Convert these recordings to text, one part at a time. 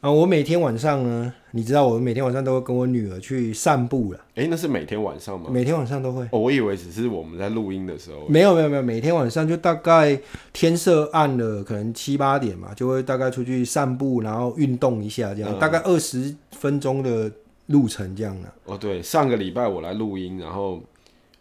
啊，我每天晚上呢，你知道我每天晚上都会跟我女儿去散步了，哎、那是每天晚上吗？每天晚上都会。哦，我以为只是我们在录音的时候。没有没有没有，每天晚上就大概天色暗了，可能七八点嘛，就会大概出去散步，然后运动一下，这样、嗯大概二十分钟的路程这样的、哦，对，上个礼拜我来录音，然后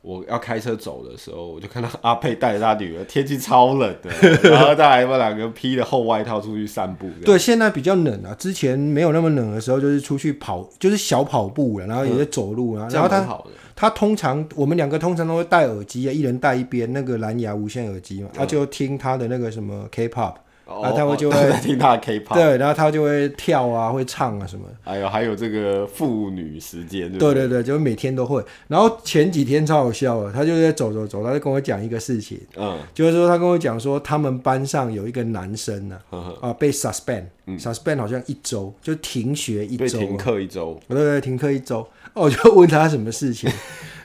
我要开车走的时候，我就看到阿佩带着他女儿，天气超冷 的，然后他还把两个披了厚外套出去散步。对，现在比较冷啊，之前没有那么冷的时候，就是出去跑，就是小跑步了，然后也是走路啊。嗯这然样后他蛮好的。他通常我们两个通常都会戴耳机啊，一人戴一边那个蓝牙无线耳机嘛，嗯他、就听他的那个什么 K-pop，、然啊后他 会就会哦在听他的 K-pop，对，然后他就会跳啊，会唱啊什么的。还有还有这个妇女时间，对不对对对，就每天都会。然后前几天超好笑的，他就在走走走，他就跟我讲一个事情，对嗯，就是说他跟我讲说，他们班上有一个男生呢、 呵嗯啊，被 suspend，suspend、好像一周就停学一被周，停课一周，我对对，停课一周。哦，我就问他什么事 情，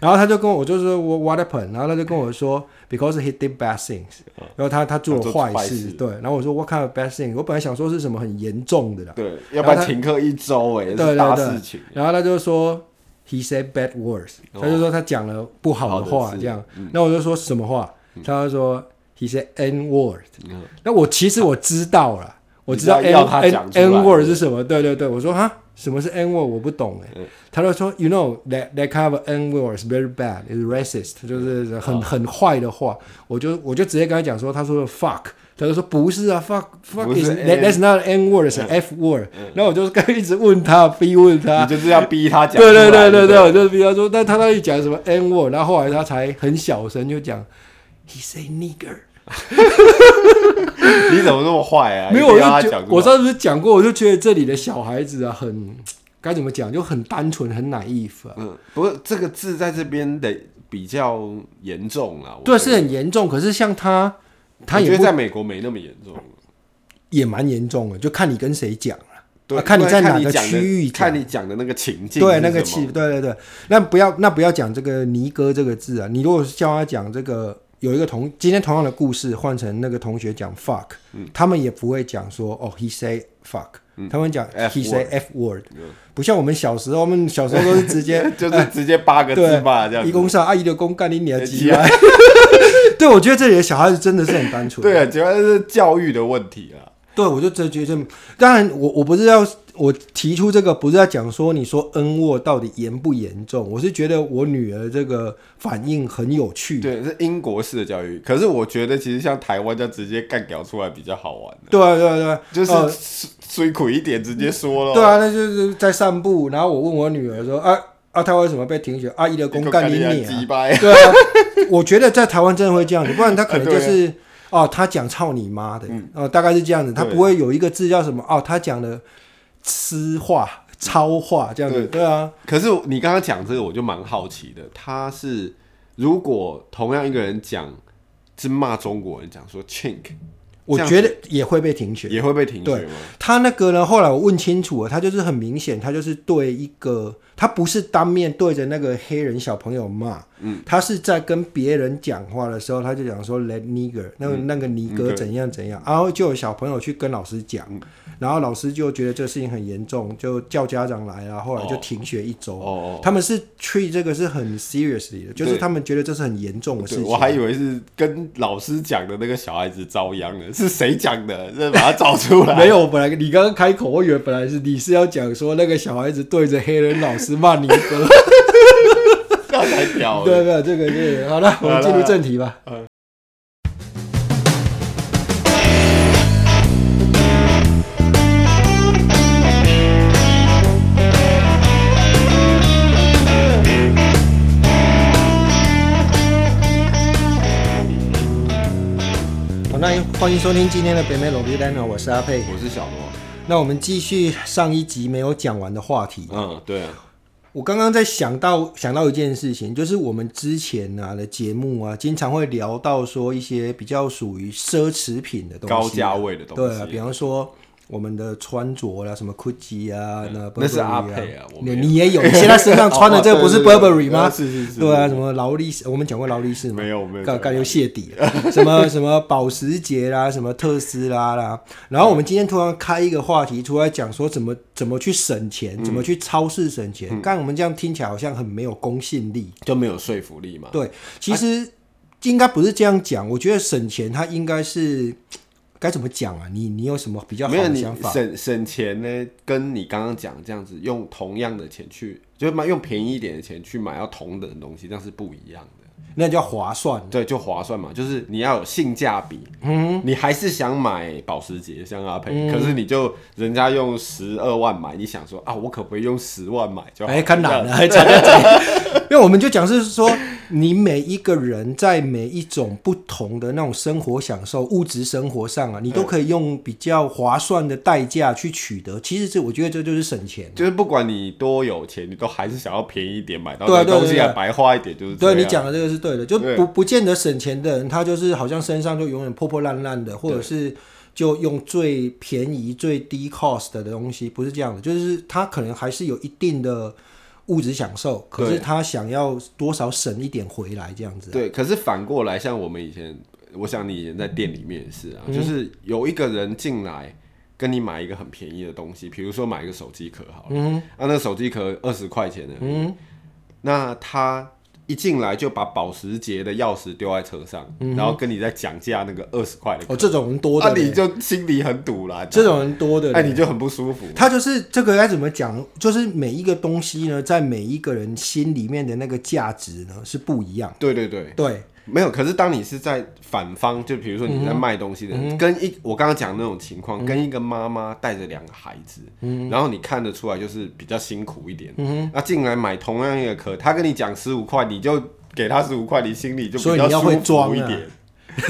然后他就跟我，我就说我 what happened，然后他就跟我说 because he did bad things，然后他他做哦他了做坏坏事事，对，然后我说 what kind of bad thing？我本来想说是什么很严重的啦，对，要不然停课一周啊哎，对是对大对事情，，然后他就说 he said bad words，哦他就说他讲了不好的不好话的事嗯这样，那我就说什么话？他就说 he said n word，嗯那我其实我知道 了，我你知道知 n 道要他讲 n 出来 n word 是什么？对对对，我说哈，什么是 n word？我不懂嗯哎。他就说，you know that that kind of n word is very bad, is racist，就是哦很很坏的话。我就我就直接跟他讲说，他说的 fuck。他就说不是啊，fuck 不 fuck 是 is N- that that's not n word，是 f word。然嗯后我就跟一直问他，逼问他，你就是要逼他讲出对来，对对对对不对，我就是比方说，但他那里讲什么 N word，然后后来他才很小声就讲 He say nigger，你怎么那么坏啊？没有，一我定要他就觉讲出来我上次不是讲过，我就觉得这里的小孩子啊，很该怎么讲，就很单纯，很 naive 啊。嗯，不是这个字在这边的比较严重啦。我对，啊觉是得很严重，可是像他，他我也觉得不啊在美国没那么严重。也蛮严重的，就看你跟谁讲了、对，啊看你在哪因个为看你区域讲的，讲看你讲的那个情境，对，那个气，，对对对，那不要那不要讲这个尼哥这个字啊，你如果是叫他讲这个，有一个同今天同样的故事换成那个同学讲 fuck，、他嗯们也不会讲说哦 he say fuck，、他们讲 F 嗯 he say f word，、不像我们小时候，我们小时候都是直 接 就是直接八个字哎对吧，这样一子。哎公上阿啊姨的公干你娘鸡鸡来， 对我觉得这里的小孩子真的是很单纯，对啊，主要是教育的问题啊。对，我就这觉得，当然我我不是要我提出这个，不是要讲说你说恩沃到底严不严重，我是觉得我女儿这个反应很有趣。对，是英国式的教育。可是我觉得，其实像台湾，就直接干掉出来比较好玩，对啊对啊对啊，就是呃虽虽苦一点，直接说了。对啊，那就是在散步，然后我问我女儿说啊啊，她为什么被停学？阿姨的你公给我干你娘脸、鸡啊。掰！对啊，我觉得在台湾真的会这样子，不然她可能啊对就啊嗯是。哦，她讲操你妈的，哦，大概是这样子，她对不会有一个字叫什么哦，她讲的痴嗯话、超话这样子，对啊，可是你刚刚讲这个，我就蛮好奇的，他是如果同样一个人讲，是骂中国人讲说 chink，我这样觉得也会被停学。也会被停学对吗？他那个呢，后来我问清楚了，他就是很明显，他就是对一个，他不是当面对着那个黑人小朋友骂，嗯，他是在跟别人讲话的时候，他就讲说 “let nigger”，那个、嗯那个尼尼哥哥怎样怎样，然后就有小朋友去跟老师讲，嗯然后老师就觉得这事情很严重，就叫家长来啊，后来就停学一周。哦他们是 treat 这个是很 seriously 的，就是对他们觉得这是很严重哦的，事对，情。啊我还以为是跟老师讲的那个小孩子遭殃了，是谁讲的？这把他找出来。没有，本来你刚刚开口，我以为本来是你是要讲说那个小孩子对着黑人老师骂 尼哥，这样才屌对了。对，这个是好了，我好们了进入正题吧。好，那欢迎收听今天的北美老皮单呢，我是阿佩。我是小罗。那我们继续上一集没有讲完的话题。嗯，对啊，我刚刚在想到想到一件事情，就是我们之前啊的节目啊，经常会聊到说一些比较属于奢侈品的东西啊、啊高价位的东西对啊，比方说我们的穿着啦，什么 Gucci 啊，那那是 Burberry 阿佩啊我你没有你也有，你现在身上穿的这个不是哦哦对 Burberry 吗？对对对是是是对啊，什么劳力士，我们讲过劳力士吗？没有没有干讲过干又谢底了，什 么什么保时捷啦，什么特斯拉啦。然后我们今天突然开一个话题出来讲说怎么怎么去省嗯钱，怎么去超市省钱。刚、我们这样听起来好像很没有公信力。就没有说服力嘛。对，其实应该不是这样讲。我觉得省钱它应该是该怎么讲啊？你你有什么比较好没有的你想法？省省钱呢，跟你刚刚讲这样子，用同样的钱去，就是买用便宜一点的钱去买到同等的东西，这样是不一样的。那叫划算。对，就划算嘛，就是你要有性价比。嗯，你还是想买保时捷，像阿培，嗯可是你就人家用十二万买，你想说啊，我可不可以用十万买就好？哎，看懒这了，样还讲 到这里，因为我们就讲是说，你每一个人在每一种不同的那种生活享受、物质生活上啊，你嗯都可以用比较划算的代价去取得。其实这我觉得这就是省钱。就是不管你多有钱，你都还是想要便宜一点买到对啊这对个东啊西对啊啊，白花一点就是这对样。你讲的这个是对的，就啊对不不见得省钱的人，他就是好像身上就永远破破烂烂的，或者是就用最便宜、最低 cost 的东西，不是这样的，就是他可能还是有一定的物质享受，可是对他想要多少省一点回来这样子。啊对，啊可是反过来，像我们以前，我想你以前在店里面也是啊，就是有一个人进来跟你买一个很便宜的东西，比如说买一个手机壳好了，嗯，啊，那个手机壳二十块钱的，嗯，那他。一进来就把保时捷的钥匙丢在车上，然后跟你在讲价那个二十块的壳，哦，这种人多的啊，你嘞，就心里很堵然，这种人多的哎、嘞，你就很不舒服。他就是这个该怎么讲？就是每一个东西呢，在每一个人心里面的那个价值呢是不一样。对对对， 对，没有，可是当你是在反方，就比如说你在卖东西的嗯人，跟一我刚刚讲的那种情况，跟一个妈妈带着两个孩子，然后你看得出来就是比较辛苦一点，嗯那进来买同样一个壳，他跟你讲十五块，你就给他十五块，你心里 就所比以你较要舒会装服啊一点。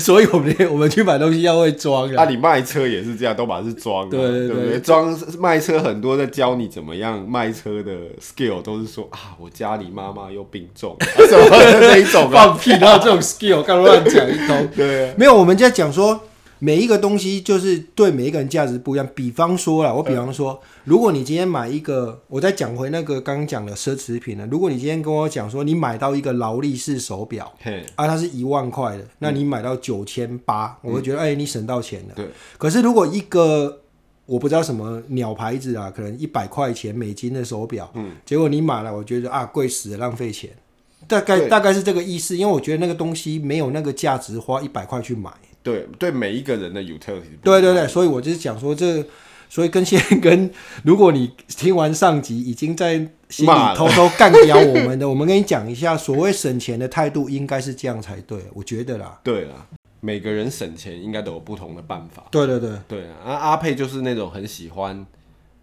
所以我们我们去买东西要会装那、啊。你卖车也是这样，都把它是装、啊，对对对不对对？装卖车很多在教你怎么样卖车的 skill，都是说啊，我家里妈妈又病重，啊、什么的那一种啊， 放屁！然后这种 skill 刚乱讲一通。 对啊。 没有，我们在讲说每一个东西就是对每一个人价值不一样。比方说啦，我比方说，如果你今天买一个，我再讲回那个刚刚讲的奢侈品呢，如果你今天跟我讲说你买到一个劳力士手表，嘿，啊，它是一万块的，那你买到九千八，我会觉得哎、你省到钱了。嗯对，可是如果一个我不知道什么鸟牌子啊，可能一百块钱美金的手表，嗯，结果你买了，我觉得啊，贵死了，浪费钱。大概对大概是这个意思，因为我觉得那个东西没有那个价值，花一百块去买。对对，每一个人的 utility 不对一对样对，所以我就是讲说这， 所以跟现跟，如果你听完上集已经在心骂里了偷偷干掉我们的，我们 跟你讲一下，所谓省钱的态度应该是这样才对，我觉得啦。对啦，每个人省钱应该都有不同的办法。对对对，对啊，啊阿佩就是那种很喜欢，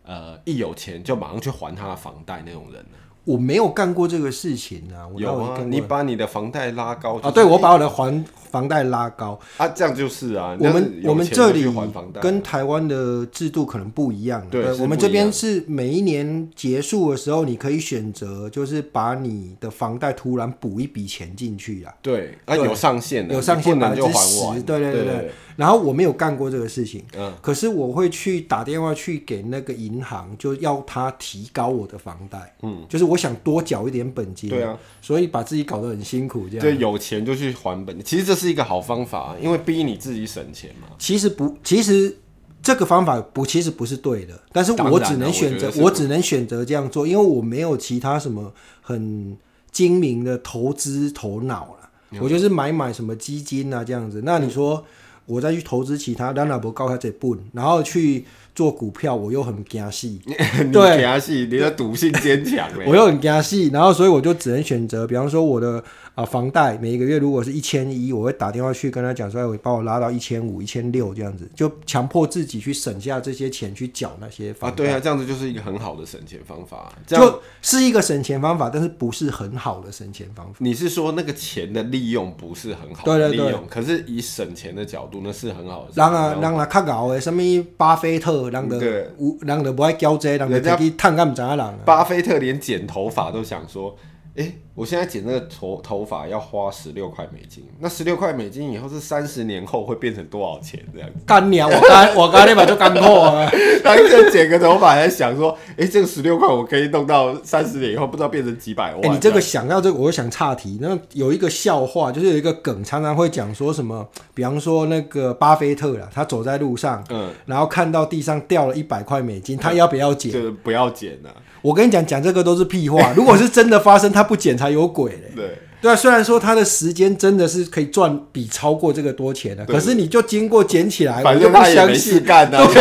呃，一有钱就马上去还他的房贷那种人啊。我没有干过这个事情啊，我哪有干啊，过你把你的房贷拉高、就是啊，对我把我的还房贷拉高。啊，这样就是啊。我你们我要是有们钱这就里去还房贷，啊跟台湾的制度可能不一样啊，对是我们不这一边样是每一年结束的时候，你可以选择就是把你的房贷突然补一笔钱进去啊。对啊对有上限的，有上限你不百能分就之还十，完。对对对对。然后我没有干过这个事情，嗯可是我会去打电话去给那个银行，就要他提高我的房贷，嗯，就是我想多缴一点本金，对啊，所以把自己搞得很辛苦这样。对，有钱就去还本，其实这是一个好方法、啊，因为逼你自己省钱 嘛。其实不，其实这个方法不，其实不是对的，但是我只能选择当然了我觉得，是我只能选择这样做，因为我没有其他什么很精明的投资头脑了，我就是买买什么基金啊这样子。那你说我再去投资其他，当然不高下这笨，然后去做股票，我又很惊戏，你对给他戏，你的赌性坚强欸嘞。 我又很惊戏，然后所以我就只能选择，比方说我的啊、房贷每一个月如果是一千一，我会打电话去跟他讲说，哎，我帮我拉到一千五、一千六这样子，就强迫自己去省下这些钱去缴那些啊，房贷。对啊，这样子就是一个很好的省钱方法。这样，就是一个省钱方法，但是不是很好的省钱方法。你是说那个钱的利用不是很好对的对利对用，可是以省钱的角度，那是很好的省钱让方法。啊，让啊，较搞的，什么巴菲特，人的对有，人的不爱交这个，人人的家去探干唔知影人啊。巴菲特连剪头发都想说，哎、我现在剪那个头头发要花十六块美金，那十六块美金以后是三十年后会变成多少钱？这样子， 干你啊！我干 我干那把就干扣啊！他一直剪个头发，还想说，哎、这个十六块我可以弄到三十年以后，不知道变成几百万。哎、你这个样想到这个，我又想岔题。那有一个笑话，就是有一个梗，常常会讲说什么，比方说那个巴菲特啦，他走在路上，嗯，然后看到地上掉了一百块美金，他要不要捡？就是不要剪了、我跟你讲，讲这个都是屁话。 如果是真的发生，他不捡才有鬼嘞。对，对啊，虽然说他的时间真的是可以赚比超过这个多钱的，对可是你就经过捡起来，反哎我就正不他也相没事信。干呐、啊，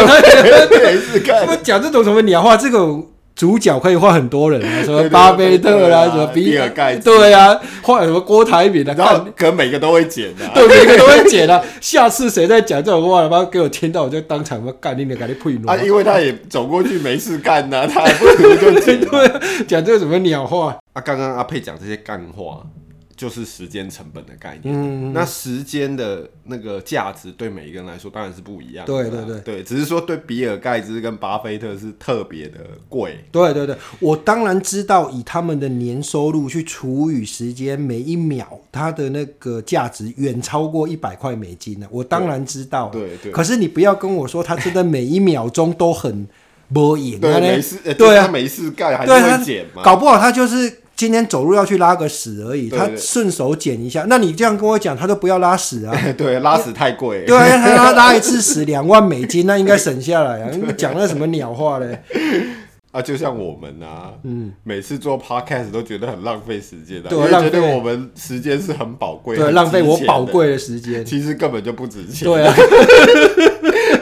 没 事干。啊不讲这种什么鸟话，这个主角可以换很多人 啊，什么对对巴菲特啦，对啊什么比比尔盖茨对啊，换什么郭台 铭啊，然后干可能每个都会剪的、啊，对每个都会解的。下次谁再讲这种话，他妈给我听到，我就当场他妈干你娘，赶紧配 啊，奴。因为他也走过去没事干呐、他还不如就剪了。对，讲这个什么鸟话， 啊，刚刚阿佩讲这些干话，就是时间成本的概念。嗯那时间的那个价值对每一个人来说当然是不一样的啦。对对对对，只是说对比尔盖茨跟巴菲特是特别的贵。对对对，我当然知道以他们的年收入去除以时间，每一秒它的那个价值远超过一百块美金了、我当然知道了。啊对对可是你不要跟我说他真的每一秒钟都很没瘾对，啊嘞没事，呃对啊他没事干还是对啊会剪嘛。搞不好他就是今天走路要去拉个屎而已，对他对顺手捡一下。那你这样跟我讲，他都不要拉屎 啊？ 对，拉屎太贵。对啊，他他拉一次屎两万美金，那应该省下 来啊！你讲那什么鸟话嘞？啊，就像我们啊，嗯，每次做 podcast 都觉得很浪费时间的、啊对因为浪觉得费我们时间是很宝贵，对，很浪费值我钱的宝，贵的时间。其实根本就不值钱。对啊。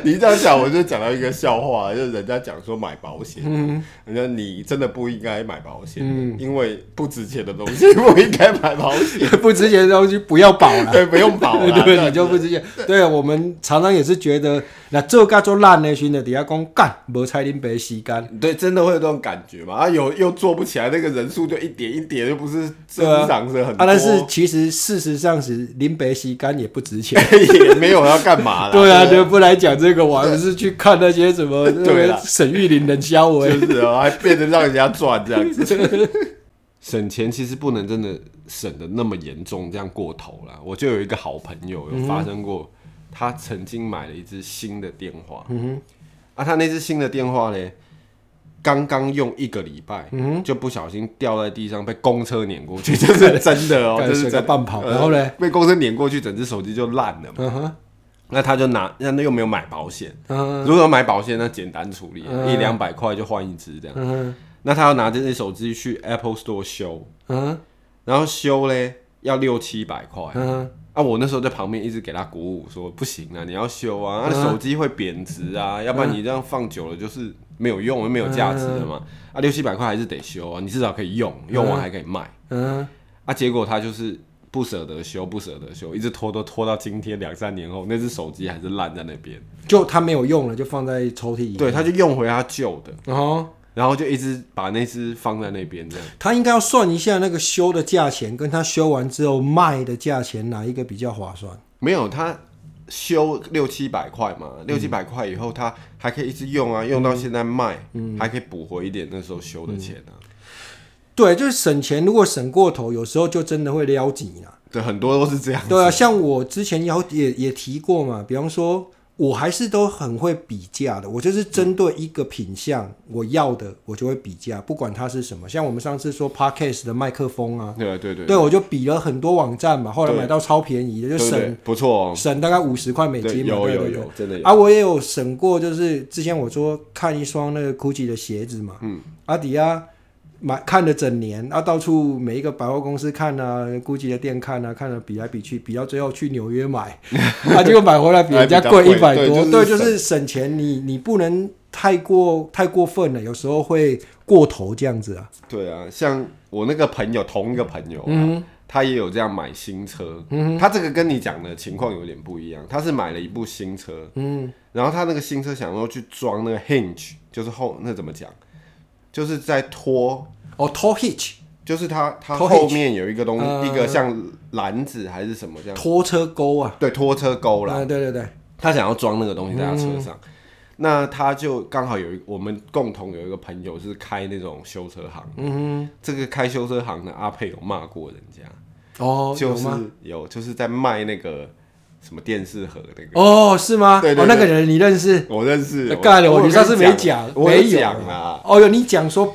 你这样讲，我就讲到一个笑话，就是人家讲说买保险，嗯人家你真的不应该买保险，因为不值钱的东西不应该买保险， 不值钱的东西不要保了。 对，不用保啊对啦。对，你就不值钱。对我们常常也是觉得，那做噶做烂的，寻的底下讲干，无彩恁白吸干。对，真的会有这种感觉嘛？啊，有又做不起来，那个人数就一点一点，又不是对增啊长是很啊，多，但是其实事实上是林北吸干也不值 钱。也没有要干嘛啦。对啊，就就不来讲这个，我还不是去看那些什么那 对个啦沈玉琳冷笑话。就是哦，还变得让人家赚这样子。 省钱其实不能真的省的那么严重，这样过头啦。我就有一个好朋友有发生过，他曾经买了一只新的电话，啊，他那只新的电话呢，刚刚用一个礼拜，就不小心掉在地上，被公车碾过去，这是真的哦，干这是水真的个半跑然后嘞呃被公车碾过去，整只手机就烂了嘛。 嗯哼，那他就拿，那又没有买保险，嗯如果买保险，那简单处理啊，嗯一两百块就换一只这样。嗯那他要拿这只手机去 Apple Store 修，嗯然后修嘞要六七百块。嗯，啊，我那时候在旁边一直给他鼓舞说，不行啊，你要修啊，嗯那手机会贬值啊，要不然你这样放久了就是没有用，没有价值嗯了嘛。啊，六七百块还是得修啊，你至少可以用，用完还可以卖。嗯，啊，结果他就是不舍得修，不舍得修，一直拖都拖到今天两三年后，那只手机还是烂在那边。就他没有用了，就放在抽屉里。嗯对，，他就用回他旧的，然后然后就一直把那只放在那边这样。他应该要算一下那个修的价钱，跟他修完之后卖的价钱哪一个比较划算？没有，他修六七百块嘛，六七百块以后他还可以一直用啊，用到现在卖，还可以补回一点那时候修的钱啊。对，就是省钱，如果省过头，有时候就真的会撩你啦。对，很多都是这样。对啊，像我之前有也也提过嘛，比方说，我还是都很会比价的，我就是针对一个品相我要的，我就会比价，不管它是什么。像我们上次说 podcast 的麦克风啊， 对对对对我就比了很多网站嘛，后来对买到超便宜的，就对对省不错哦。省大概五十块美对金嘛，有对有对对有，真的有。啊，我也有省过，就是之前我说看一双那个 GUCCI 的鞋子嘛，嗯，阿迪亚买看了整年，啊，到处每一个百货公司看啊，GUCCI 的店看啊，看了比来比去，比到最后去纽约 买，啊，结果买回来比人家贵一百还比多，较贵对，对就就是是省钱，你你不能太过太过分了，有时候会过头这样子啊，对啊，像我那个朋友，同一个朋友、啊，他也有这样买新车。他这个跟你讲的情况有点不一样，他是买了一部新车，嗯，然后他那个新车想要去装那个 hinge，就是后那怎么讲，就是在拖，哦，tow hitch 就是它它 Tow hitch 后面有一个东西，呃一个像篮子还是什么这样，拖车钩啊，对，拖车钩啦，啊，对对对，嗯他想要装那个东西在他车上。那他就刚好有一我们共同有一个朋友是开那种修车行，嗯，这个开修车行的阿佩有骂过人家，哦，就有是吗？有就是在卖那个什么电视盒那个，哦，是吗？对对哦，那个对人你认识？我认识，我哎干了，我我有你上次跟没你讲，我有没有讲啊，哦，有你讲说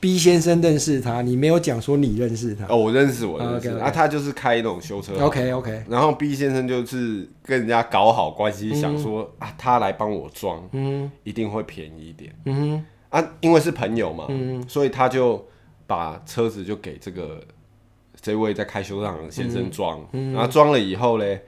B 先生认识他，你没有讲说你认识他。哦，我认识，我认识， OK，OK 啊，他就是开那种修车行 OK OK，然后 B 先生就是跟人家搞好关系，想说啊，他来帮我装，嗯，一定会便宜一点，嗯啊，因为是朋友嘛，所以他就把车子就给这个这位在开修上的先生装，嗯然后装了以后呢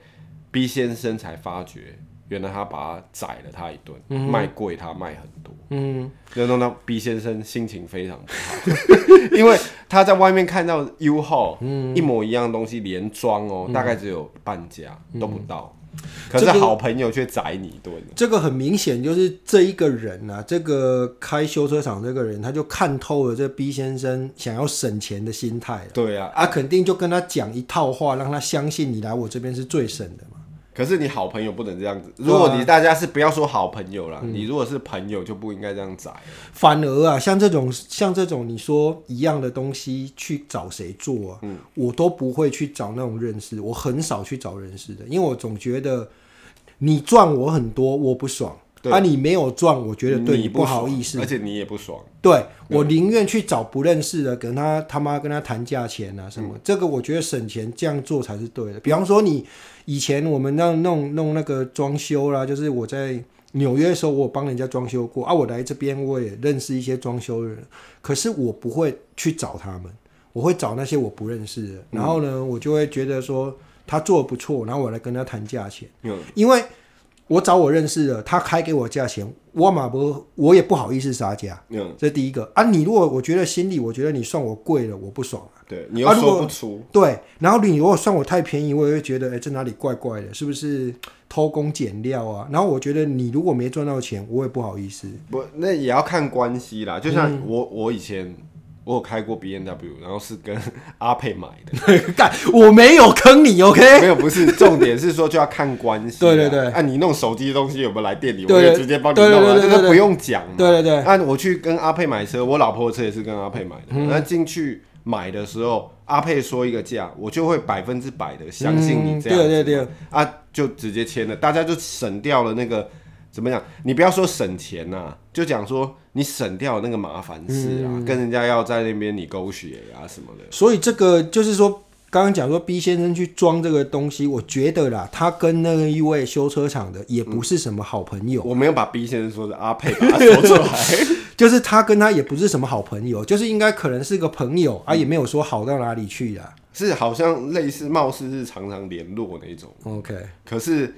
，B 先生才发觉，原来他把他宰了他一顿，卖贵他卖很多，哼嗯，就弄到 B 先生心情非常不好， 因为他在外面看到 U 号、嗯一模一样的东西连装哦，大概只有半价、都不到，可是这个好朋友却宰你一顿了，嗯这个很明显就是这一个人啊，这个开修车厂这个人，他就看透了这 B 先生想要省钱的心态了。对啊，啊，肯定就跟他讲一套话，让他相信你来我这边是最省的嘛。可是你好朋友不能这样子，对啊嗯如果你大家是不要说好朋友啦，你如果是朋友就不应该这样宰。反而啊，像这种像这种你说一样的东西去找谁做啊，嗯我都不会去找那种认识，我很少去找认识的，因为我总觉得你赚我很多，我不爽。对啊，你没有赚，我觉得对你不爽好意思而。且你也不爽。对我宁愿去找不认识的，跟他他妈跟他谈价钱啊什么，这个我觉得省钱这样做才是对的。比方说你以前我们那弄弄那个装修啦，就是我在纽约的时候，我有帮人家装修过啊，我来这边我也认识一些装修的人，可是我不会去找他们，我会找那些我不认识的，然后呢，我就会觉得说他做的不错，然后我来跟他谈价钱。嗯因为我找我认识的，他开给我价钱，我嘛不，我也不好意思杀价，嗯，这是第一个啊。你如果我觉得心里，我觉得你算我贵了，我不爽。对你又啊如果说不出，对，然后你如果算我太便宜，我也会觉得，哎，这哪里怪怪的，是不是偷工减料啊？然后我觉得你如果没赚到钱，我也不好意思。 不，那也要看关系啦。就嗯像我，我以前我有开过 B N W，然后是跟 阿佩买的，干，我没有坑你，OK？没有，不是重点是说就要看关系啦。哎 对对对啊，你弄手机的东西有没有来店里，对我对就直接帮你弄对了，对对这对个对不用讲嘛。对对对，啊，我去跟阿佩买车，我老婆的车也是跟阿佩买的。嗯那进去买的时候，阿佩说一个价，我就会百分之百的相信你这样子嘛、嗯对对对啊，就直接签了，大家就省掉了那个怎么讲？你不要说省钱呐、就讲说你省掉那个麻烦事啊，嗯跟人家要在那边你勾血啊什么的。所以这个就是说，刚刚讲说 B 先生去装这个东西，我觉得啦，他跟那个一位修车厂的也不是什么好朋友，我没有把 B 先生说的阿佩 把他说出来，就是他跟他也不是什么好朋友，就是应该可能是个朋友啊，也没有说好到哪里去啦。是好像类似，貌似是常常联络那种。 OK，可是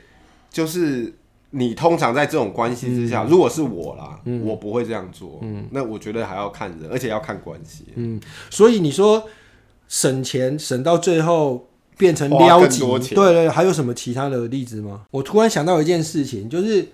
就是你通常在这种关系之嗯下，如果是我啦，我不会这样做。那我觉得还要看人，而且要看关系。所以你说省钱省到最后变成花撩更级，多对钱对，还有什么其他的例子吗？我突然想到一件事情，就是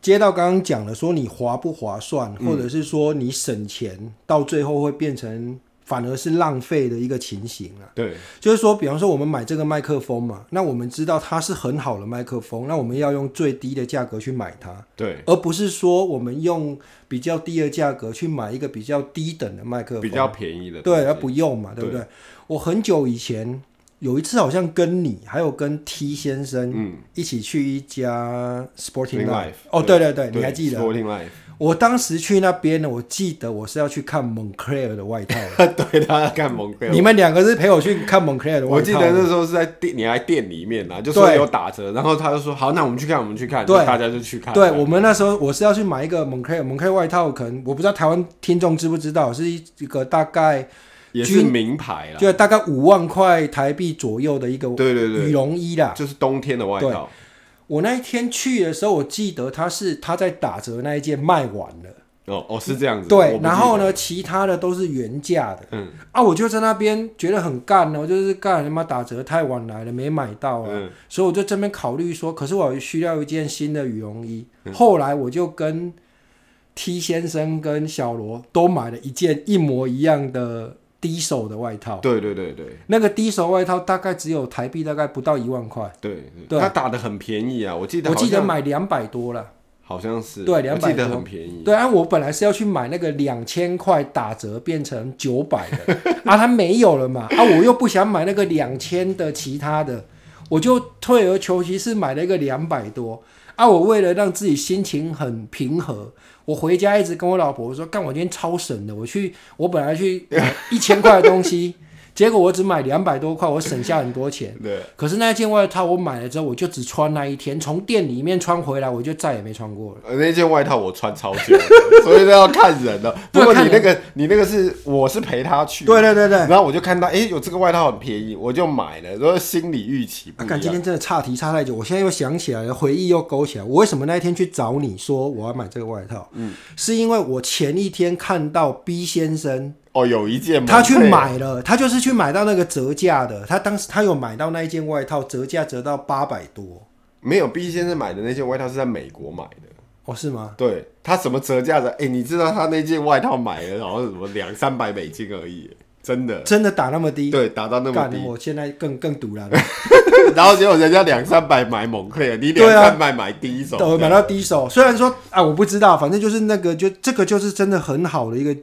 接到刚刚讲的说你划不划算，嗯或者是说你省钱到最后会变成反而是浪费的一个情形啊。对，就是说，比方说我们买这个麦克风嘛，那我们知道它是很好的麦克风，那我们要用最低的价格去买它。对，而不是说我们用比较低的价格去买一个比较低等的麦克风，比较便宜的东西，对，而不用嘛，对不对？我很久以前有一次好像跟你还有跟 T 先生，嗯一起去一家 Sporting Sporting Life， Life，哦，对对对，你还记得？ Sporting Life， 我当时去那边呢，我记得我是要去看 Moncler 的外套， 对，他在干蒙贝尔你。们两个是陪我去看 Moncler 的外套，我记得那时候是在店，你来店里面啊啦，就说对有打折，然后他就说好，那我们去看，我们去看，对大家就去看。对我们那时候，我是要去买一个蒙克尔蒙克尔外套，可能我不知道台湾听众知不知道，是一一个大概也是名牌啦，就大概五万块台币左右的一个对对羽对，绒衣啦。就是冬天的外套，我那一天去的时候，我记得它是它在打折那一件卖完了，哦哦是这样子。我对不，记然后得？呢，其他的都是原价的。嗯啊，我就在那边觉得很干哦，就是干他妈打折太晚来了，没买到啊，嗯所以我就这边考虑说，可是我需要一件新的羽绒衣。嗯后来我就跟 T 先生跟小罗都买了一件一模一样的低手的外套，对对对对那个低手外套大概只有台币大概不到一万块，对对他打的很便宜啊，我记得我记好像得买两百多了。好像是对我200记得多很便宜，对啊，我本来是要去买那个两千块打折变成九百的啊，它没有了嘛啊，我又不想买那个两千的其他的，我就退而求其次买了一个两百多啊。我为了让自己心情很平和，我回家一直跟我老婆说，干我今天超省的，我去我本来去一千块的东西，结果我只买两百多块，我省下很多钱。对，可是那件外套我买了之后，我就只穿那一天，从店里面穿回来，我就再也没穿过了。呃那件外套我穿超久的，所以都要看人了。不 对过你看那个你那个是我是陪他去，对对对对然后我就看到哎、诶有这个外套很便宜，我就买了，然后心理预期不啊，一干，今样。天真的岔题岔太久，我现在又想起来了，回忆又勾起来。我为什么那一天去找你说我要买这个外套？嗯，是因为我前一天看到 B 先生哦，有一件他去蛮配买了，他就是去买到那个折价的，他当时他有买到那一件外套，折价折到八百多，没有 B 先生买的那件外套是在美国买的。哦，是吗？对他什么折价的？哎、你知道他那件外套买了，好像什么两三百美金而已，真 的。真的打那么低？对，打到那么干，低，我现在更更堵了， 然后结果人家两三百买蒙克尔，你对两啊三百买第一手，我买到低手。虽然说啊，我不知道，反正就是那个，就这个就是真的很好的一个。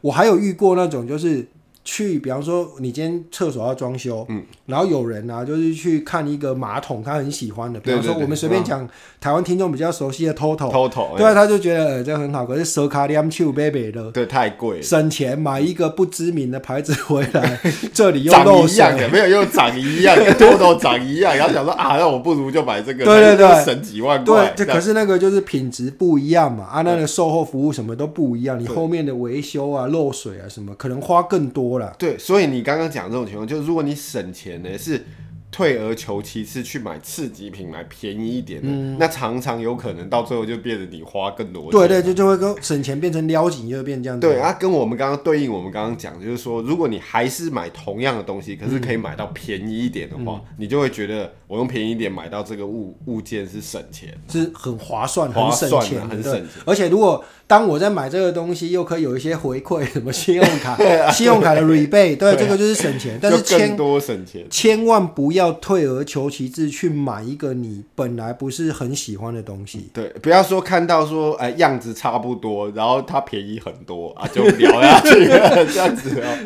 我还有遇过那种，就是去，比方说你今天厕所要装修，嗯，然后有人啊，就是去看一个马桶，他很喜欢的，比对方说对对嗯哎我们随便讲台湾听众比较熟悉的 Toto，偷偷，对啊，他就觉得呃这很好，可是 s o c a l i a m Chu Baby 的。对，太贵了，省钱买一个不知名的牌子回 来，这里又长漏一样水，的，没有又长一样，跟偷偷长一样，然后想说啊，那我不如就买这个，对对对那就省几万对块，，这这样可是那个就是品质不一样嘛，啊，那个售后服务什么都不一样，你后面的维修啊、漏水啊什么，可能花更多了。对，所以你刚刚讲这种情况，就是如果你省钱呢，是退而求其次去买次级品，买便宜一点的，那常常有可能到最后就变得你花更多钱。嗯对对，就就会跟省钱变成撩紧，就会变这样子。对啊，跟我们刚刚对应，我们刚刚讲，就是说，如果你还是买同样的东西，可是嗯可以买到便宜一点的话，你就会觉得我用便宜一点买到这个物物件是省钱。是很划算、划很算省啊钱的，很对省钱而且如果当我在买这个东西，又可以有一些回馈，什么信用 卡、啊信用卡的 rebate，对，这个就是省钱。但是就千更多省钱，千万不要退而求其次去买一个你本来不是很喜欢的东西。对，不要说看到说，哎、样子差不多，然后它便宜很多啊，就聊下 去了，这样子哦。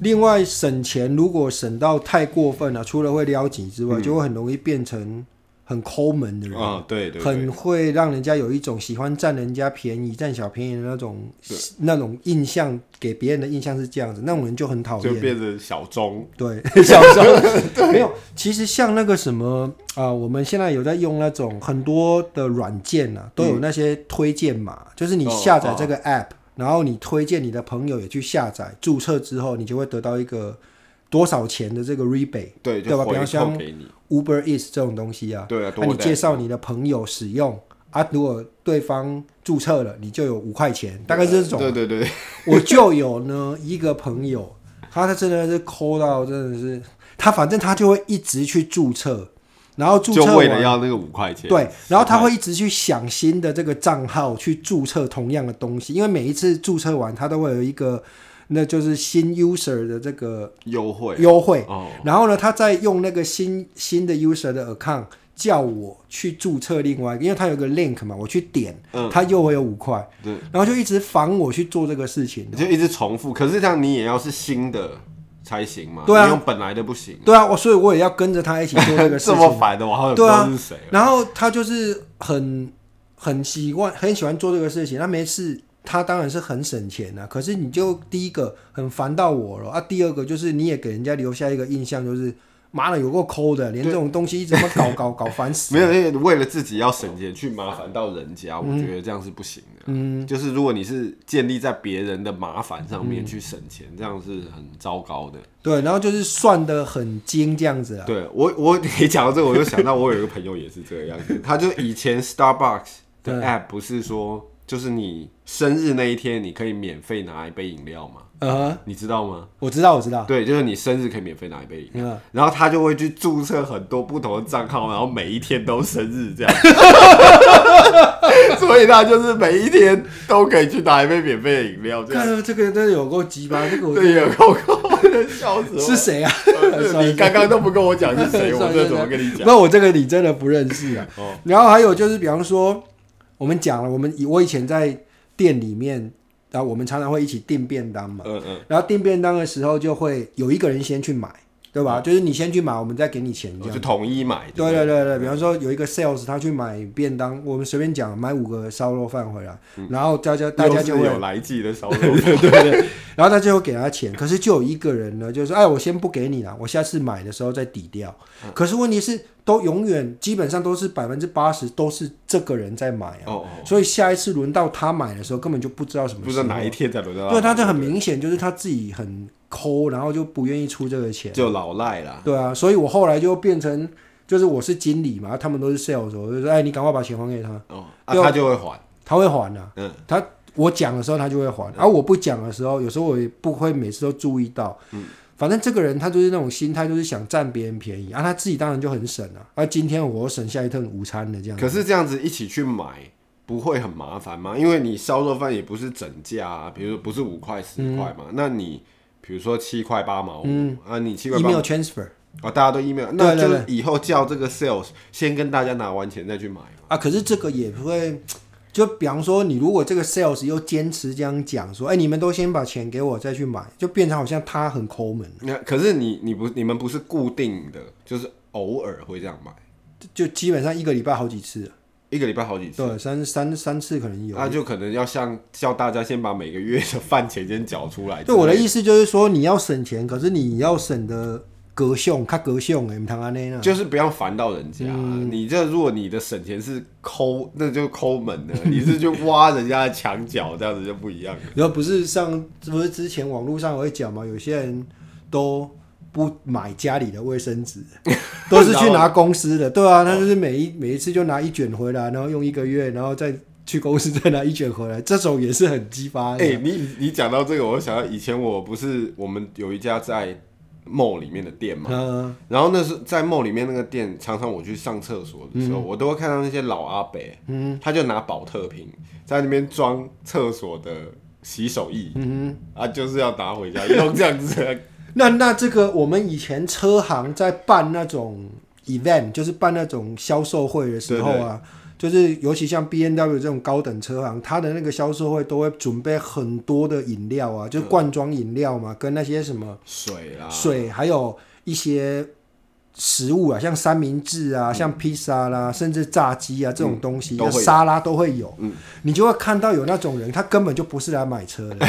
另外，省钱如果省到太过分了，除了会撩紧之外，就会很容易变成很抠门的人，嗯啊、对对对，很会让人家有一种喜欢占人家便宜、占小便宜的那种那种印象，给别人的印象是这样子，那种人就很讨就厌。变成小钟， 对， 小时候没有。其实像那个什么啊、我们现在有在用那种很多的软件啊，都有那些推荐码，就是你嗯哦下载这个 app，、然后你推荐你的朋友也去下载，注册之后你就会得到一个多少钱的这个 rebate，对，对就吧回比方扣像给你， Uber Eats 这种东西啊，对啊那、你 DoorDash 介绍你的朋友使用啊，如果对方注册了，你就有五块钱，大概是这种。对啊对对，对 我就有呢一个朋友，他他真的是抠到真的是，他反正他就会一直去注册，然后注就册为了完。要那个五块钱，对，然后他10块会一直去想新的这个账号去注册同样的东西，因为每一次注册完，他都会有一个，那就是新 user 的这个优惠优惠。哦，然后呢，他再用那个新新的 user 的 account 叫我去注册另外一个，因为他有个 link 嘛，我去点，他又会有五块，嗯对，然后就一直烦我去做这个事情。就一直重复。可是这样你也要是新的才行嘛，对啊你用本来的不行。对啊，我所以我也要跟着他一起做这个事 这么情。烦的，我好像不对知啊道是谁。然后他就是很很习惯，很喜欢做这个事情。他没事，他当然是很省钱啊。可是你就第一个很烦到我了啊，第二个就是你也给人家留下一个印象，就是妈的有够抠的，连这种东西一直么搞搞搞烦死。 没有，因为为了自己要省钱去麻烦到人家，我觉得这样是不行的。嗯，就是如果你是建立在别人的麻烦上面去省钱，这样是很糟糕的。对，然后就是算的很精这样子 啊。对我，我你讲到这个，我就想到我有一个朋友也是这个样子，他就以前 Starbucks 的 app 不是说，就是你生日那一天你可以免费拿一杯饮料吗？呃，你知道吗？我知道，我知道。对，就是你生日可以免费拿一杯饮料，嗯然后他就会去注册很多不同的账号，然后每一天都生日这样， 所以他就是每一天都可以去拿一杯免费的饮料这样。看 这个真的有够鸡巴，这个我啊对，有够高，笑死我！是谁啊？ 你刚刚都不跟我 讲是谁，哦算我了算这怎么了跟你讲？ 那我这个你真的不认识啊。然后还有就是，比方说，我们讲了，我们以我以前在店里面，然后我们常常会一起订便当嘛。嗯嗯，然后订便当的时候，就会有一个人先去买，对吧？就是你先去买，我们再给你钱这我样嗯哦就。嗯统一买，对对对对对，比方说有一个 sales，他去买便当，我们随便讲，买五个烧肉饭回来，然后大家不大对，家又就是会嗯有来记的烧肉，然后他最后给他钱，可是就有一个人呢，就是说哎，我先不给你了，我下次买的时候再抵掉。嗯可是问题是，都永远基本上都是百分之八十都是这个人在买啊，哦所以下一次轮到他买的时候，根本就不知道哦什，么不知时道候。哪一啊天才轮到，对，啊他就很明显就是他自己很抠，然后就不愿意出这个钱。就老赖啦，对啊，所以我后来就变成就是我是经理嘛，他们都是 sales，我就说哎，你赶快把钱还给他，哦，啊，对他就会还，他会还的、啊嗯，他我讲的时候他就会还，而我不讲的时候，有时候我也不会每次都注意到。嗯，反正这个人他就是那种心态，就是想占别人便宜啊，他自己当然就很省啊。啊，今天我省下一顿午餐的这样。可是这样子一起去买，不会很麻烦吗？因为你烧肉饭也不是整价啊，比如说不是五块十嗯块嘛，那你比如说七块八毛五、啊，你七块八 email transfer 啊，大家都 email，对那对就以后叫这个 sales 先跟大家拿完钱再去买。啊，可是这个也不会。就比方说，你如果这个 sales 又坚持这样讲说，哎、你们都先把钱给我再去买，就变成好像他很抠门，那可是你你不你们不是固定的，就是偶尔会这样买，就就基本上一个礼拜好几次，一个礼拜好几次。对，三三三次可能有。那就可能要像叫大家先把每个月的饭钱先缴出来。对，我的意思就是说，你要省钱，可是你要省的格凶，看格凶哎，唔通安尼啦。就是不要烦到人家。你这如果你的省钱是抠，那就抠门的，你是去挖人家的墙角，这样子就不一样了。然后不是上，不是之前网络上我会讲嘛，有些人都不买家里的卫生纸，都是去拿公司的。对啊，他就是每一每一次就拿一卷回来，然后用一个月，然后再去公司再拿一卷回来，这种也是很激发的。哎、你你讲到这个，我就想到以前我不是我们有一家在 mall 里面的店嘛，嗯，然后那是在 mall 里面那个店，常常我去上厕所的时候，我都会看到那些老阿伯，嗯，他就拿保特瓶在那边装厕所的洗手液，嗯啊，就是要拿回家用这样子 的那那这个我们以前车行在办那种 event，就是办那种销售会的时候啊，就是尤其像 B N W 这种高等车行，它的那个销售会都会准备很多的饮料啊，就是罐装饮料嘛，跟那些什么水啊啦，水，还有一些。食物啊，像三明治啊，像披萨啦，甚至炸鸡啊这种东西，嗯都会有嗯沙拉都会有。你就会看到有那种人，他根本就不是来买车的，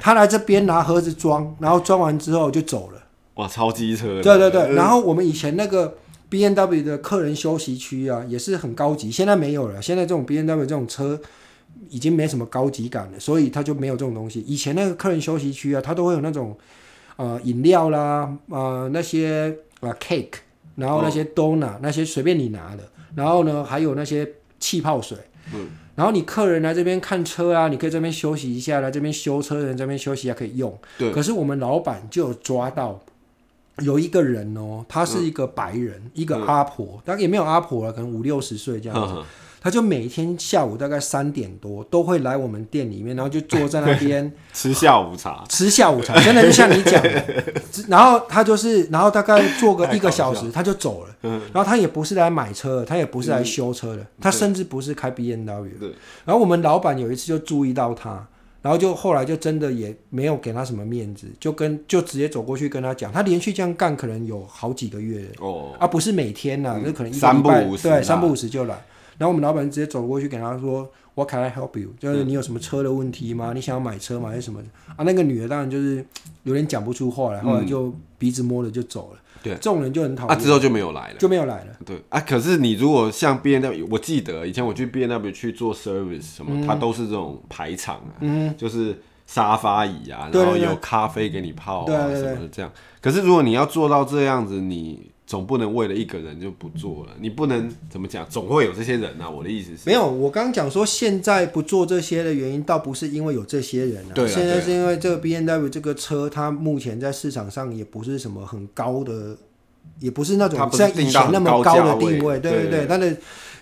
他来这边拿盒子装，然后装完之后就走了。哇，超机车的，对对对，然后我们以前那个 B N W 的客人休息区啊，也是很高级，现在没有了。现在这种 B N W 这种车已经没什么高级感了，所以它就没有这种东西。以前那个客人休息区啊，它都会有那种呃饮料啦，呃那些啊 cake，然后那些 donut、那些随便你拿的，然后呢还有那些气泡水。然后你客人来这边看车啊，你可以这边休息一下，来这边修车的人这边休息啊一下可以用。对可是我们老板就有抓到有一个人哦，他是一个白人，一个阿婆，当然也没有阿婆了，可能五六十岁这样子。他就每天下午大概三点多都会来我们店里面，然后就坐在那边吃下午茶，吃下午茶，真的就像你讲的。然后他就是，然后大概坐个一个小时他就走了。然后他也不是来买车的，他也不是来修车的，他甚至不是开 B N W 对。然后我们老板有一次就注意到他，然后就后来就真的也没有给他什么面子，就跟就直接走过去跟他讲，他连续这样干可能有好几个月了 哦，嗯啊，不是每天呐、那、可能一个三礼拜不五时啦对，三不五十就来。然后我们老板直接走过去给他说，What can I help you？就是你有什么车的问题嗯吗？你想要买车吗？还是什么的？啊，那个女的当然就是有点讲不出话来，后来就鼻子摸着就走了。嗯对这种人就很讨啊，厌，之后就没有来了。就没有来了。对啊，可是你如果像 B N W，我记得以前我去 B N W 去做 service 什嗯么，它都是这种排场啊，就是沙发椅啊，对然对后对有咖啡给你泡对啊对什对么的这样。可是如果你要做到这样子，你总不能为了一个人就不做了，你不能怎么讲，总会有这些人啊。我的意思是，没有，我刚刚讲说现在不做这些的原因，倒不是因为有这些人啊，对啊现在对啊是因为这个 B N W 这个车，它目前在市场上也不是什么很高的，也不是那它种不是像以前那么高的定定到位，很高价位对对对，它的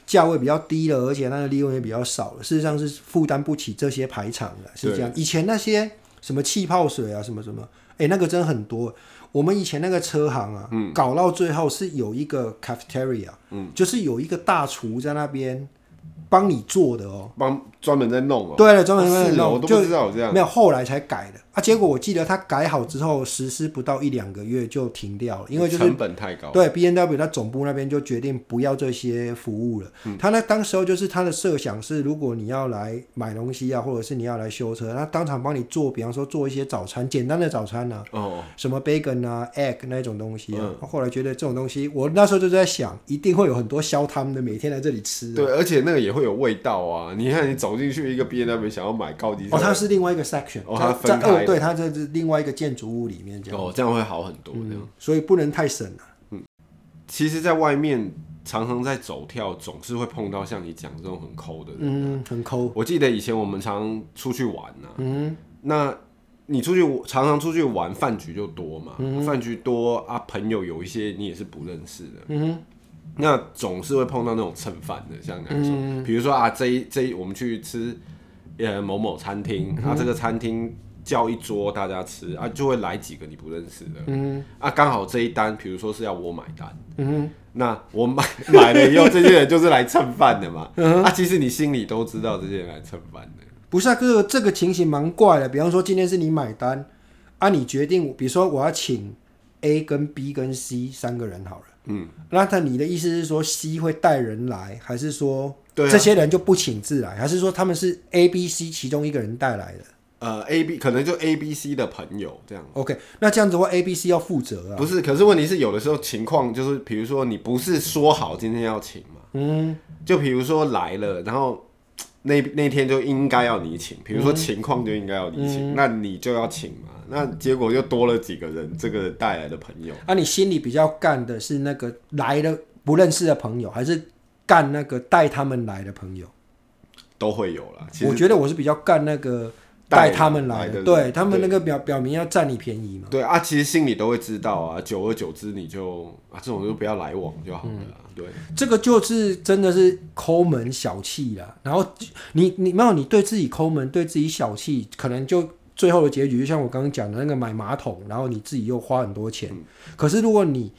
价位比较低了，而且它的利润也比较少了，事实上是负担不起这些排场的，是这样。以前那些什么气泡水啊，什么什么，哎，那个真很多。我们以前那个车行啊，嗯搞到最后是有一个 cafeteria，就是有一个大厨在那边帮你做的哦。帮专门在弄哦、对啊了，专门哦在是哦弄，我都就不知道有这样没。有，后来才改的啊。结果我记得他改好之后，实施不到一两个月就停掉了，因为就是成本太高，对 B N W 它总部那边就决定不要这些服务了。嗯他那当时候就是他的设想是，如果你要来买东西啊，或者是你要来修车，他当场帮你做，比方说做一些早餐，简单的早餐啊，哦，什么 bacon 啊、egg 那种东西啊。嗯后来觉得这种东西，我那时候就在想，一定会有很多消摊的每天来这里吃啊、对，而且那个也会有味道啊。你看，你走进去一个 B N W 想要买高级车哦，它是另外一个 section，哦它在分在开二对，它这是另外一个建筑物里面这样，哦，这样会好很多。这样，嗯，所以不能太省啊了、其实，在外面常常在走跳，总是会碰到像你讲这种很抠的人。嗯，很抠，我记得以前我们常出去玩呐、嗯那你出去常常出去玩，饭局就多嘛，嗯饭局多啊，朋友有一些你也是不认识的，嗯那总是会碰到那种蹭饭的，像刚才嗯说，比如说啊，这一这一我们去吃呃某某餐厅，嗯啊这个餐厅叫一桌大家吃啊，就会来几个你不认识的，嗯啊刚好这一单，比如说是要我买单。嗯，那我买买了以后，这些人就是来蹭饭的嘛。啊，其实你心里都知道这些人来蹭饭的。不是啊，哥，这个情形蛮怪的。比方说今天是你买单，啊，你决定，比如说我要请 A 跟 B 跟 C 三个人好了，嗯，那他你的意思是说 C 会带人来，还是说对啊这些人就不请自来，还是说他们是 A、B、C 其中一个人带来的呃，A B 可能就 A B C 的朋友这样， ？OK，那这样子的话，A、B、C 要负责啊。不是？可是问题是，有的时候情况就是，比如说你不是说好今天要请嘛，嗯，就比如说来了，然后那那天就应该要你请，比如说情况就应该要你请，那你就要请嘛，那结果又多了几个人，这个带来的朋友，啊，你心里比较干的是那个来的不认识的朋友，还是干那个带他们来的朋友？都会有啦。其我实觉得我是比较干那个带带他们来来的，的对人他们那个表表明要占你便宜嘛。对啊，其实心里都会知道啊，久而久之你就啊这种就不要来往就好了啦。对，这个就是真的是抠门小气啦。然后你你没有你对自己抠门，对自己小气，可能就最后的结局，就像我刚刚讲的那个买马桶，然后你自己又花很多钱。可是如果你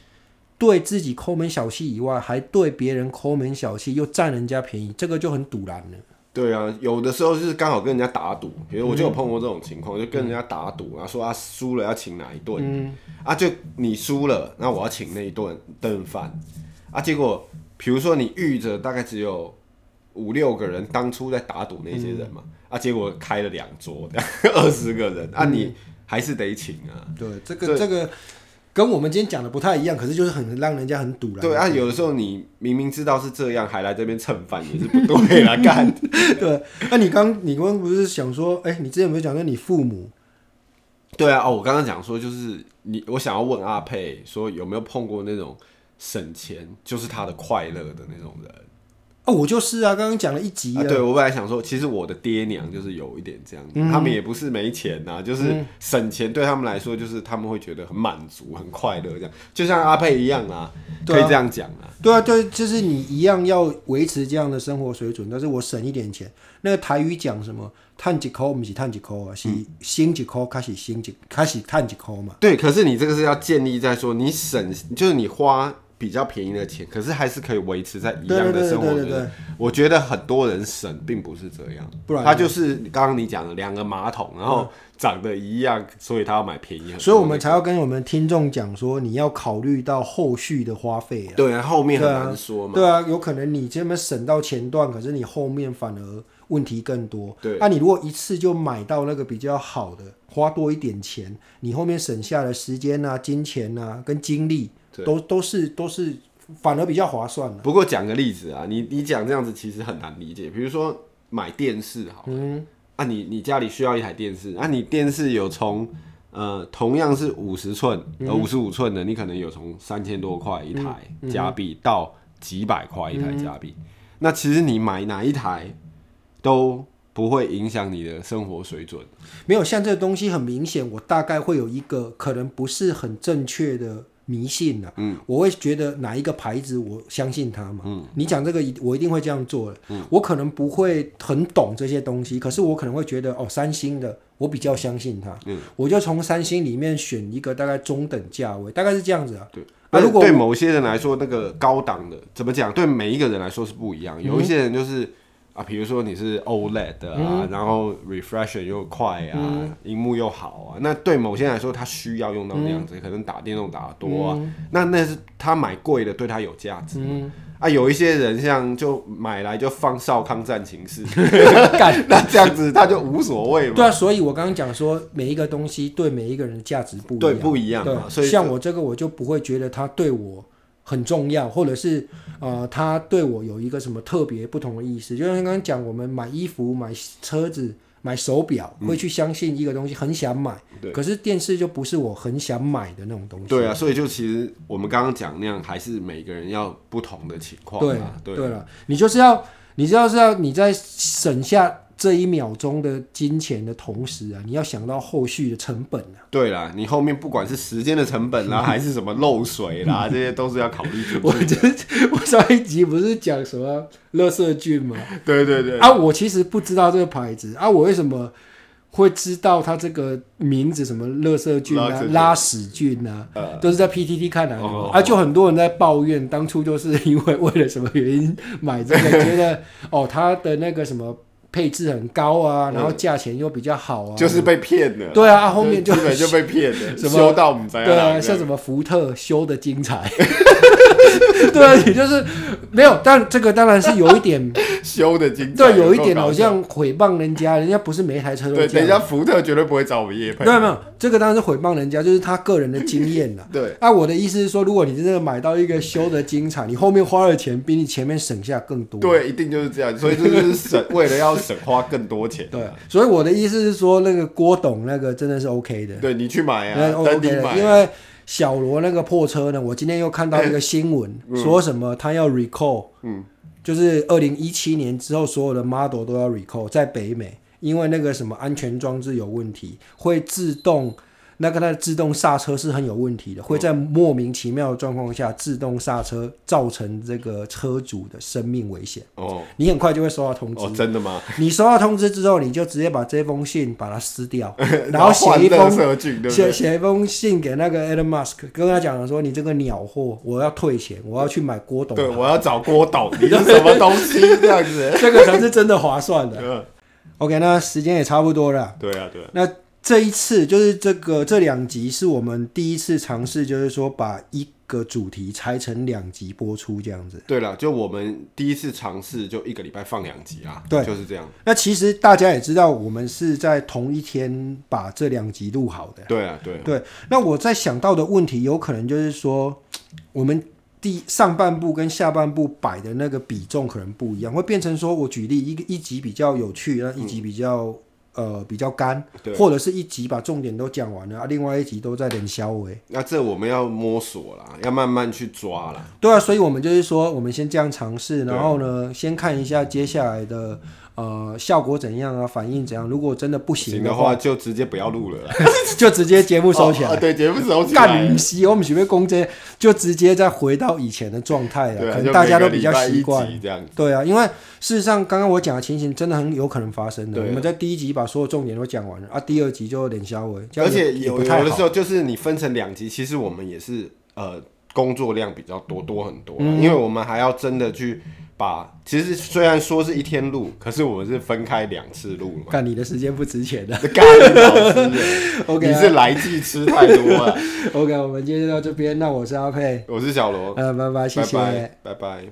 对自己抠门小气以外，还对别人抠门小气，又占人家便宜，这个就很堵然了。对啊，有的时候就是刚好跟人家打赌，比如我就有碰过这种情况，就跟人家打赌，然后说啊输了要请哪一顿，啊就你输了，那我要请那一顿顿饭，啊结果比如说你遇着大概只有五六个人，当初在打赌那些人嘛，啊结果开了两桌， 二十个人，啊你还是得请啊，嗯对，这个这个跟我们今天讲的不太一样，可是就是很让人家很堵然。对啊，有的时候你明明知道是这样，还来这边蹭饭也是不对 啦，干。对， 那啊你刚你刚不是想说，哎、你之前不是讲说你父母，对啊，哦，我刚刚讲说就是你，我想要问阿佩说有没有碰过那种省钱就是他的快乐的那种人？哦，我就是啊，刚刚讲了一集啊啊，对我本来想说，其实我的爹娘就是有一点这样子，嗯他们也不是没钱呐、就是省钱对他们来说，就是他们会觉得很满足、很快乐这样，就像阿佩一样啊，对可啊以这样讲啊。对啊，对，就是你一样要维持这样的生活水准，但是我省一点钱。那个台语讲什么？探几口不是探几口啊，嗯是省几口开始省几开始探几口嘛。对，可是你这个是要建立在说你省，就是你花比较便宜的钱，可是还是可以维持在一样的生活对对对对对水对准。我觉得很多人省并不是这样，不然呢嗯他就是刚刚你讲的两个马桶，然后长得一样，所以他要买便宜很多。所以我们才要跟我们听众讲说，你要考虑到后续的花费啊。对后面很对啊难说嘛。对啊，有可能你这边省到前段，可是你后面反而问题更多。对那、你如果一次就买到那个比较好的，花多一点钱，你后面省下的时间啊、金钱啊、跟精力，对都都是都是反而比较划算的。不过讲个例子啊，你你讲这样子其实很难理解，比如说买电视好了，啊你你家里需要一台电视，啊你电视有从呃同样是五十寸呃五十五寸的，你可能有从三千多块一台加币到几百块一台加币，那其实你买哪一台都不会影响你的生活水准，没有像这个东西很明显，我大概会有一个可能不是很正确的迷信啊。嗯，我会觉得哪一个牌子我相信它嘛。嗯，你讲这个一我一定会这样做的。嗯，我可能不会很懂这些东西，可是我可能会觉得哦，三星的我比较相信它。嗯，我就从三星里面选一个大概中等价位，大概是这样子啊。对。啊，如果嗯对某些人来说，那个高档的怎么讲？对每一个人来说是不一样。有一些人就是啊，比如说你是 OLED 的嗯啊，然后 refresh 又快啊，荧、幕又好啊，那对某些人来说，他需要用到那样子，嗯可能打电动打得多啊，那那是他买贵的，对他有价嗯值嘛。啊，有一些人像就买来就放《少康战 情室》，那这样子他就无所谓嘛。对啊，所以我刚刚讲说，每一个东西对每一个人的价值不一样，对不一样对啊嘛所以像我这个，我就不会觉得它对我很重要，或者是呃，它对我有一个什么特别不同的意思。就像刚刚讲，我们买衣服、买车子、买手表，会去相信一个东西，很想买。嗯对可是电视就不是我很想买的那种东西。对啊，所以就其实我们刚刚讲那样，还是每个人要不同的情况对啊。对，了，你就是要，你知道是要你在省下这一秒钟的金钱的同时啊，你要想到后续的成本啊。对啦，你后面不管是时间的成 本啦，还是什么漏水啦，这些都是要考虑进我去。这我上一集不是讲什么乐色菌吗？对对对， 啊，我其实不知道这个牌子啊，我为什么会知道它这个名字什么乐色菌垃圾啊、菌呃拉屎菌啊，都是在 PTT 看来的哦嘛啊，就很多人在抱怨，当初就是因为为了什么原因买这个，觉 得哦它的那个什么配置很高啊，然后价钱又比较好啊，嗯就是被骗了。对啊，啊后面就基本就被骗了，什么修到我们怎样对啊，啦像什么福特修的精彩， 对啊，也就是没有，但这个当然是有一点，修的精彩，对，有一点够搞好笑像诽谤人家，人家不是每一台车都对，这等一样。下福特绝对不会找我们叶配对，。没有，这个当然是诽谤人家，就是他个人的经验啦。对，啊，我的意思是说，如果你真的买到一个修的精彩，你后面花的钱比你前面省下更多。对，一定就是这样，所以就是省，为了要省花更多钱。对，啊所以我的意思是说，那个郭董那个真的是 OK 的。对，你去买那啊，哦等你 OK 的，买因啊。为小罗那个破车呢，我今天又看到一个新闻，嗯说什么他要 recall，嗯，就是二零一七年之后所有的 model 都要 recall，在北美，因为那个什么安全装置有问题，会自动。那个它的自动刹车是很有问题嗯的，会在莫名其妙的状况下自动刹车，造成这个车主的生命危险。哦你很快就会收到通知哦，真的吗？你收到通知之后，你就直接把这封信把它撕 掉，然后后写一封换垃圾菌对不对写写一封信给那个 Elon Musk，跟他讲说你这个鸟货，我要退钱，我要去买郭董啊对，，我要找郭董，你是什么东西这样子？ 这个才是真的划算的。嗯 OK，那时间也差不多了，对啊，对啊，那这一次就是这个这两集是我们第一次尝试，就是说把一个主题拆成两集播出这样子。对了，就我们第一次尝试，就一个礼拜放两集啊，对就是这样。那其实大家也知道，我们是在同一天把这两集录好的。对啊，对啊，对，那我在想到的问题，有可能就是说，我们第上半部跟下半部摆的那个比重可能不一样，会变成说我举例一个一集比较有趣，那一集比较、呃比较干对，或者是一集把重点都讲完了，啊，另外一集都在连消尾。那这我们要摸索啦，要慢慢去抓啦。对啊，所以我们就是说，我们先这样尝试，对然后呢，先看一下接下来的呃效果怎样啊，反应怎样。如果真的不行行的的话，话，就直接不要录了啦，就直接节目收起来哦。哦对，节目收起来干。息，我们准备攻击，就直接再回到以前的状态对了，啊，可就能大家每都个比礼较拜一习惯集。这样。对啊，因为事实上，刚刚我讲的情形真的很有可能发生的。对啊我们在第一集把所有重点都讲完了啊，第二集就脸消微，这而样也且也有不有太的时好。候就是你分成两集，其实我们也是呃工作量比较多多很多啦、啊嗯因为我们还要真的去把，其实虽然说是一天录，可是我们是分开两次录嘛。干你的时间不值钱的。 干老 师 OK 你啊是来记吃太多了。 OK，我们今天就到这边，那我是阿佩， 我是小罗，呃，拜拜，谢谢。拜拜，拜拜。